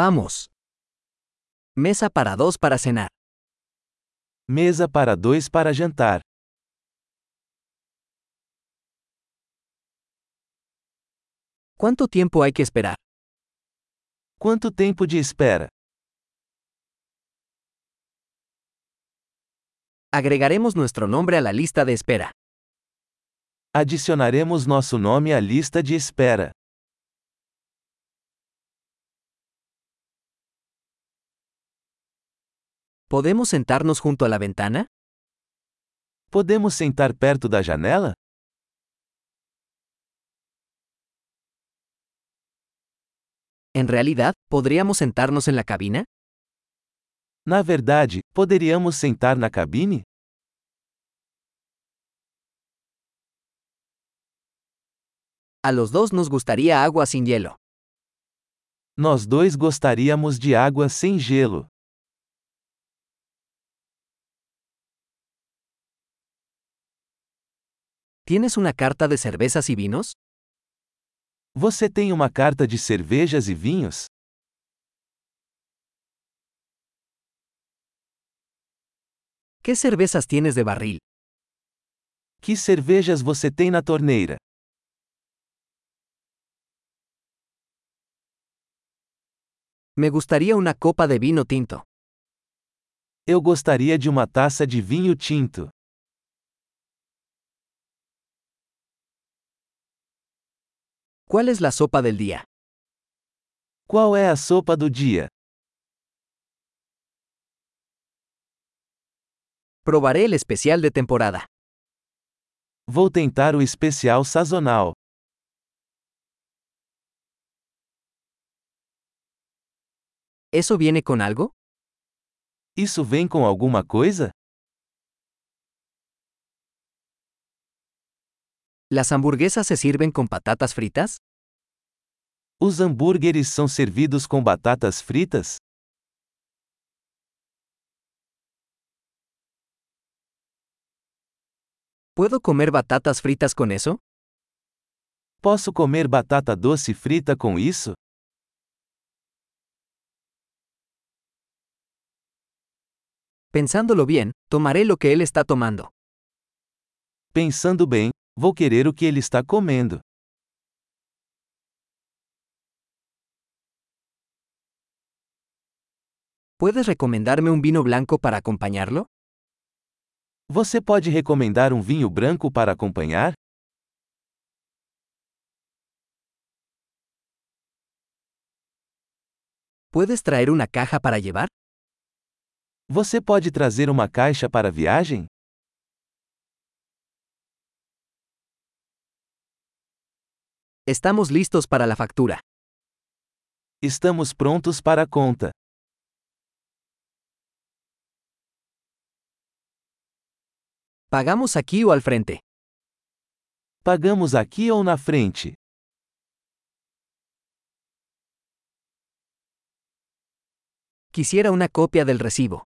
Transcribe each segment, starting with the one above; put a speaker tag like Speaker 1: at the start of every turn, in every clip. Speaker 1: Vamos. Mesa para dos para cenar.
Speaker 2: Mesa para dois para jantar.
Speaker 1: ¿Cuánto tiempo hay que esperar?
Speaker 2: Quanto tempo de espera?
Speaker 1: Agregaremos nuestro nombre a la lista de espera.
Speaker 2: Adicionaremos nosso nome à lista de espera.
Speaker 1: ¿Podemos sentarnos junto a la ventana?
Speaker 2: Podemos sentar perto da janela?
Speaker 1: En realidad, ¿podríamos sentarnos en la cabina?
Speaker 2: Na verdade, poderíamos sentar na cabine?
Speaker 1: A los dos nos gustaría agua sin hielo.
Speaker 2: Nós dois gostaríamos de água sem gelo.
Speaker 1: ¿Tienes una carta de cervezas y vinos?
Speaker 2: Você tem uma carta de cervejas e vinhos?
Speaker 1: ¿Qué cervezas tienes de barril?
Speaker 2: Que cervejas você tem na torneira?
Speaker 1: Me gustaría una copa de vino tinto.
Speaker 2: Eu gostaria de uma taça de vinho tinto.
Speaker 1: ¿Cuál es la sopa del día?
Speaker 2: Qual é a sopa do dia?
Speaker 1: Probaré el especial de temporada.
Speaker 2: Vou tentar o especial sazonal.
Speaker 1: ¿Eso viene con algo?
Speaker 2: Isso vem com alguma coisa?
Speaker 1: ¿Las hamburguesas se sirven con patatas fritas?
Speaker 2: Os hambúrgueres são servidos com batatas fritas?
Speaker 1: ¿Puedo comer batatas fritas con eso?
Speaker 2: Posso comer batata doce frita com isso?
Speaker 1: Pensándolo bien, tomaré lo que él está tomando.
Speaker 2: Pensando bem, vou querer o que ele está comendo.
Speaker 1: ¿Puedes recomendarme un vino blanco para acompañarlo?
Speaker 2: Você pode recomendar um vinho branco para acompanhar?
Speaker 1: ¿Puedes traer una caja para llevar?
Speaker 2: Você pode trazer uma caixa para a viagem?
Speaker 1: Estamos listos para la factura.
Speaker 2: Estamos prontos para a conta.
Speaker 1: ¿Pagamos aquí o al frente?
Speaker 2: Pagamos aqui ou na frente?
Speaker 1: Quisiera una copia del recibo.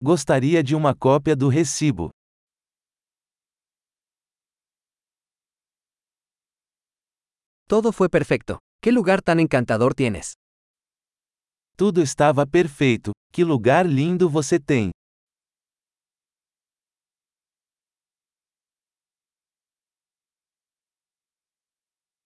Speaker 2: Gostaria de uma cópia do recibo.
Speaker 1: Todo fue perfecto. ¿Qué lugar tan encantador tienes?
Speaker 2: Tudo estava perfeito. Que lugar lindo você tem!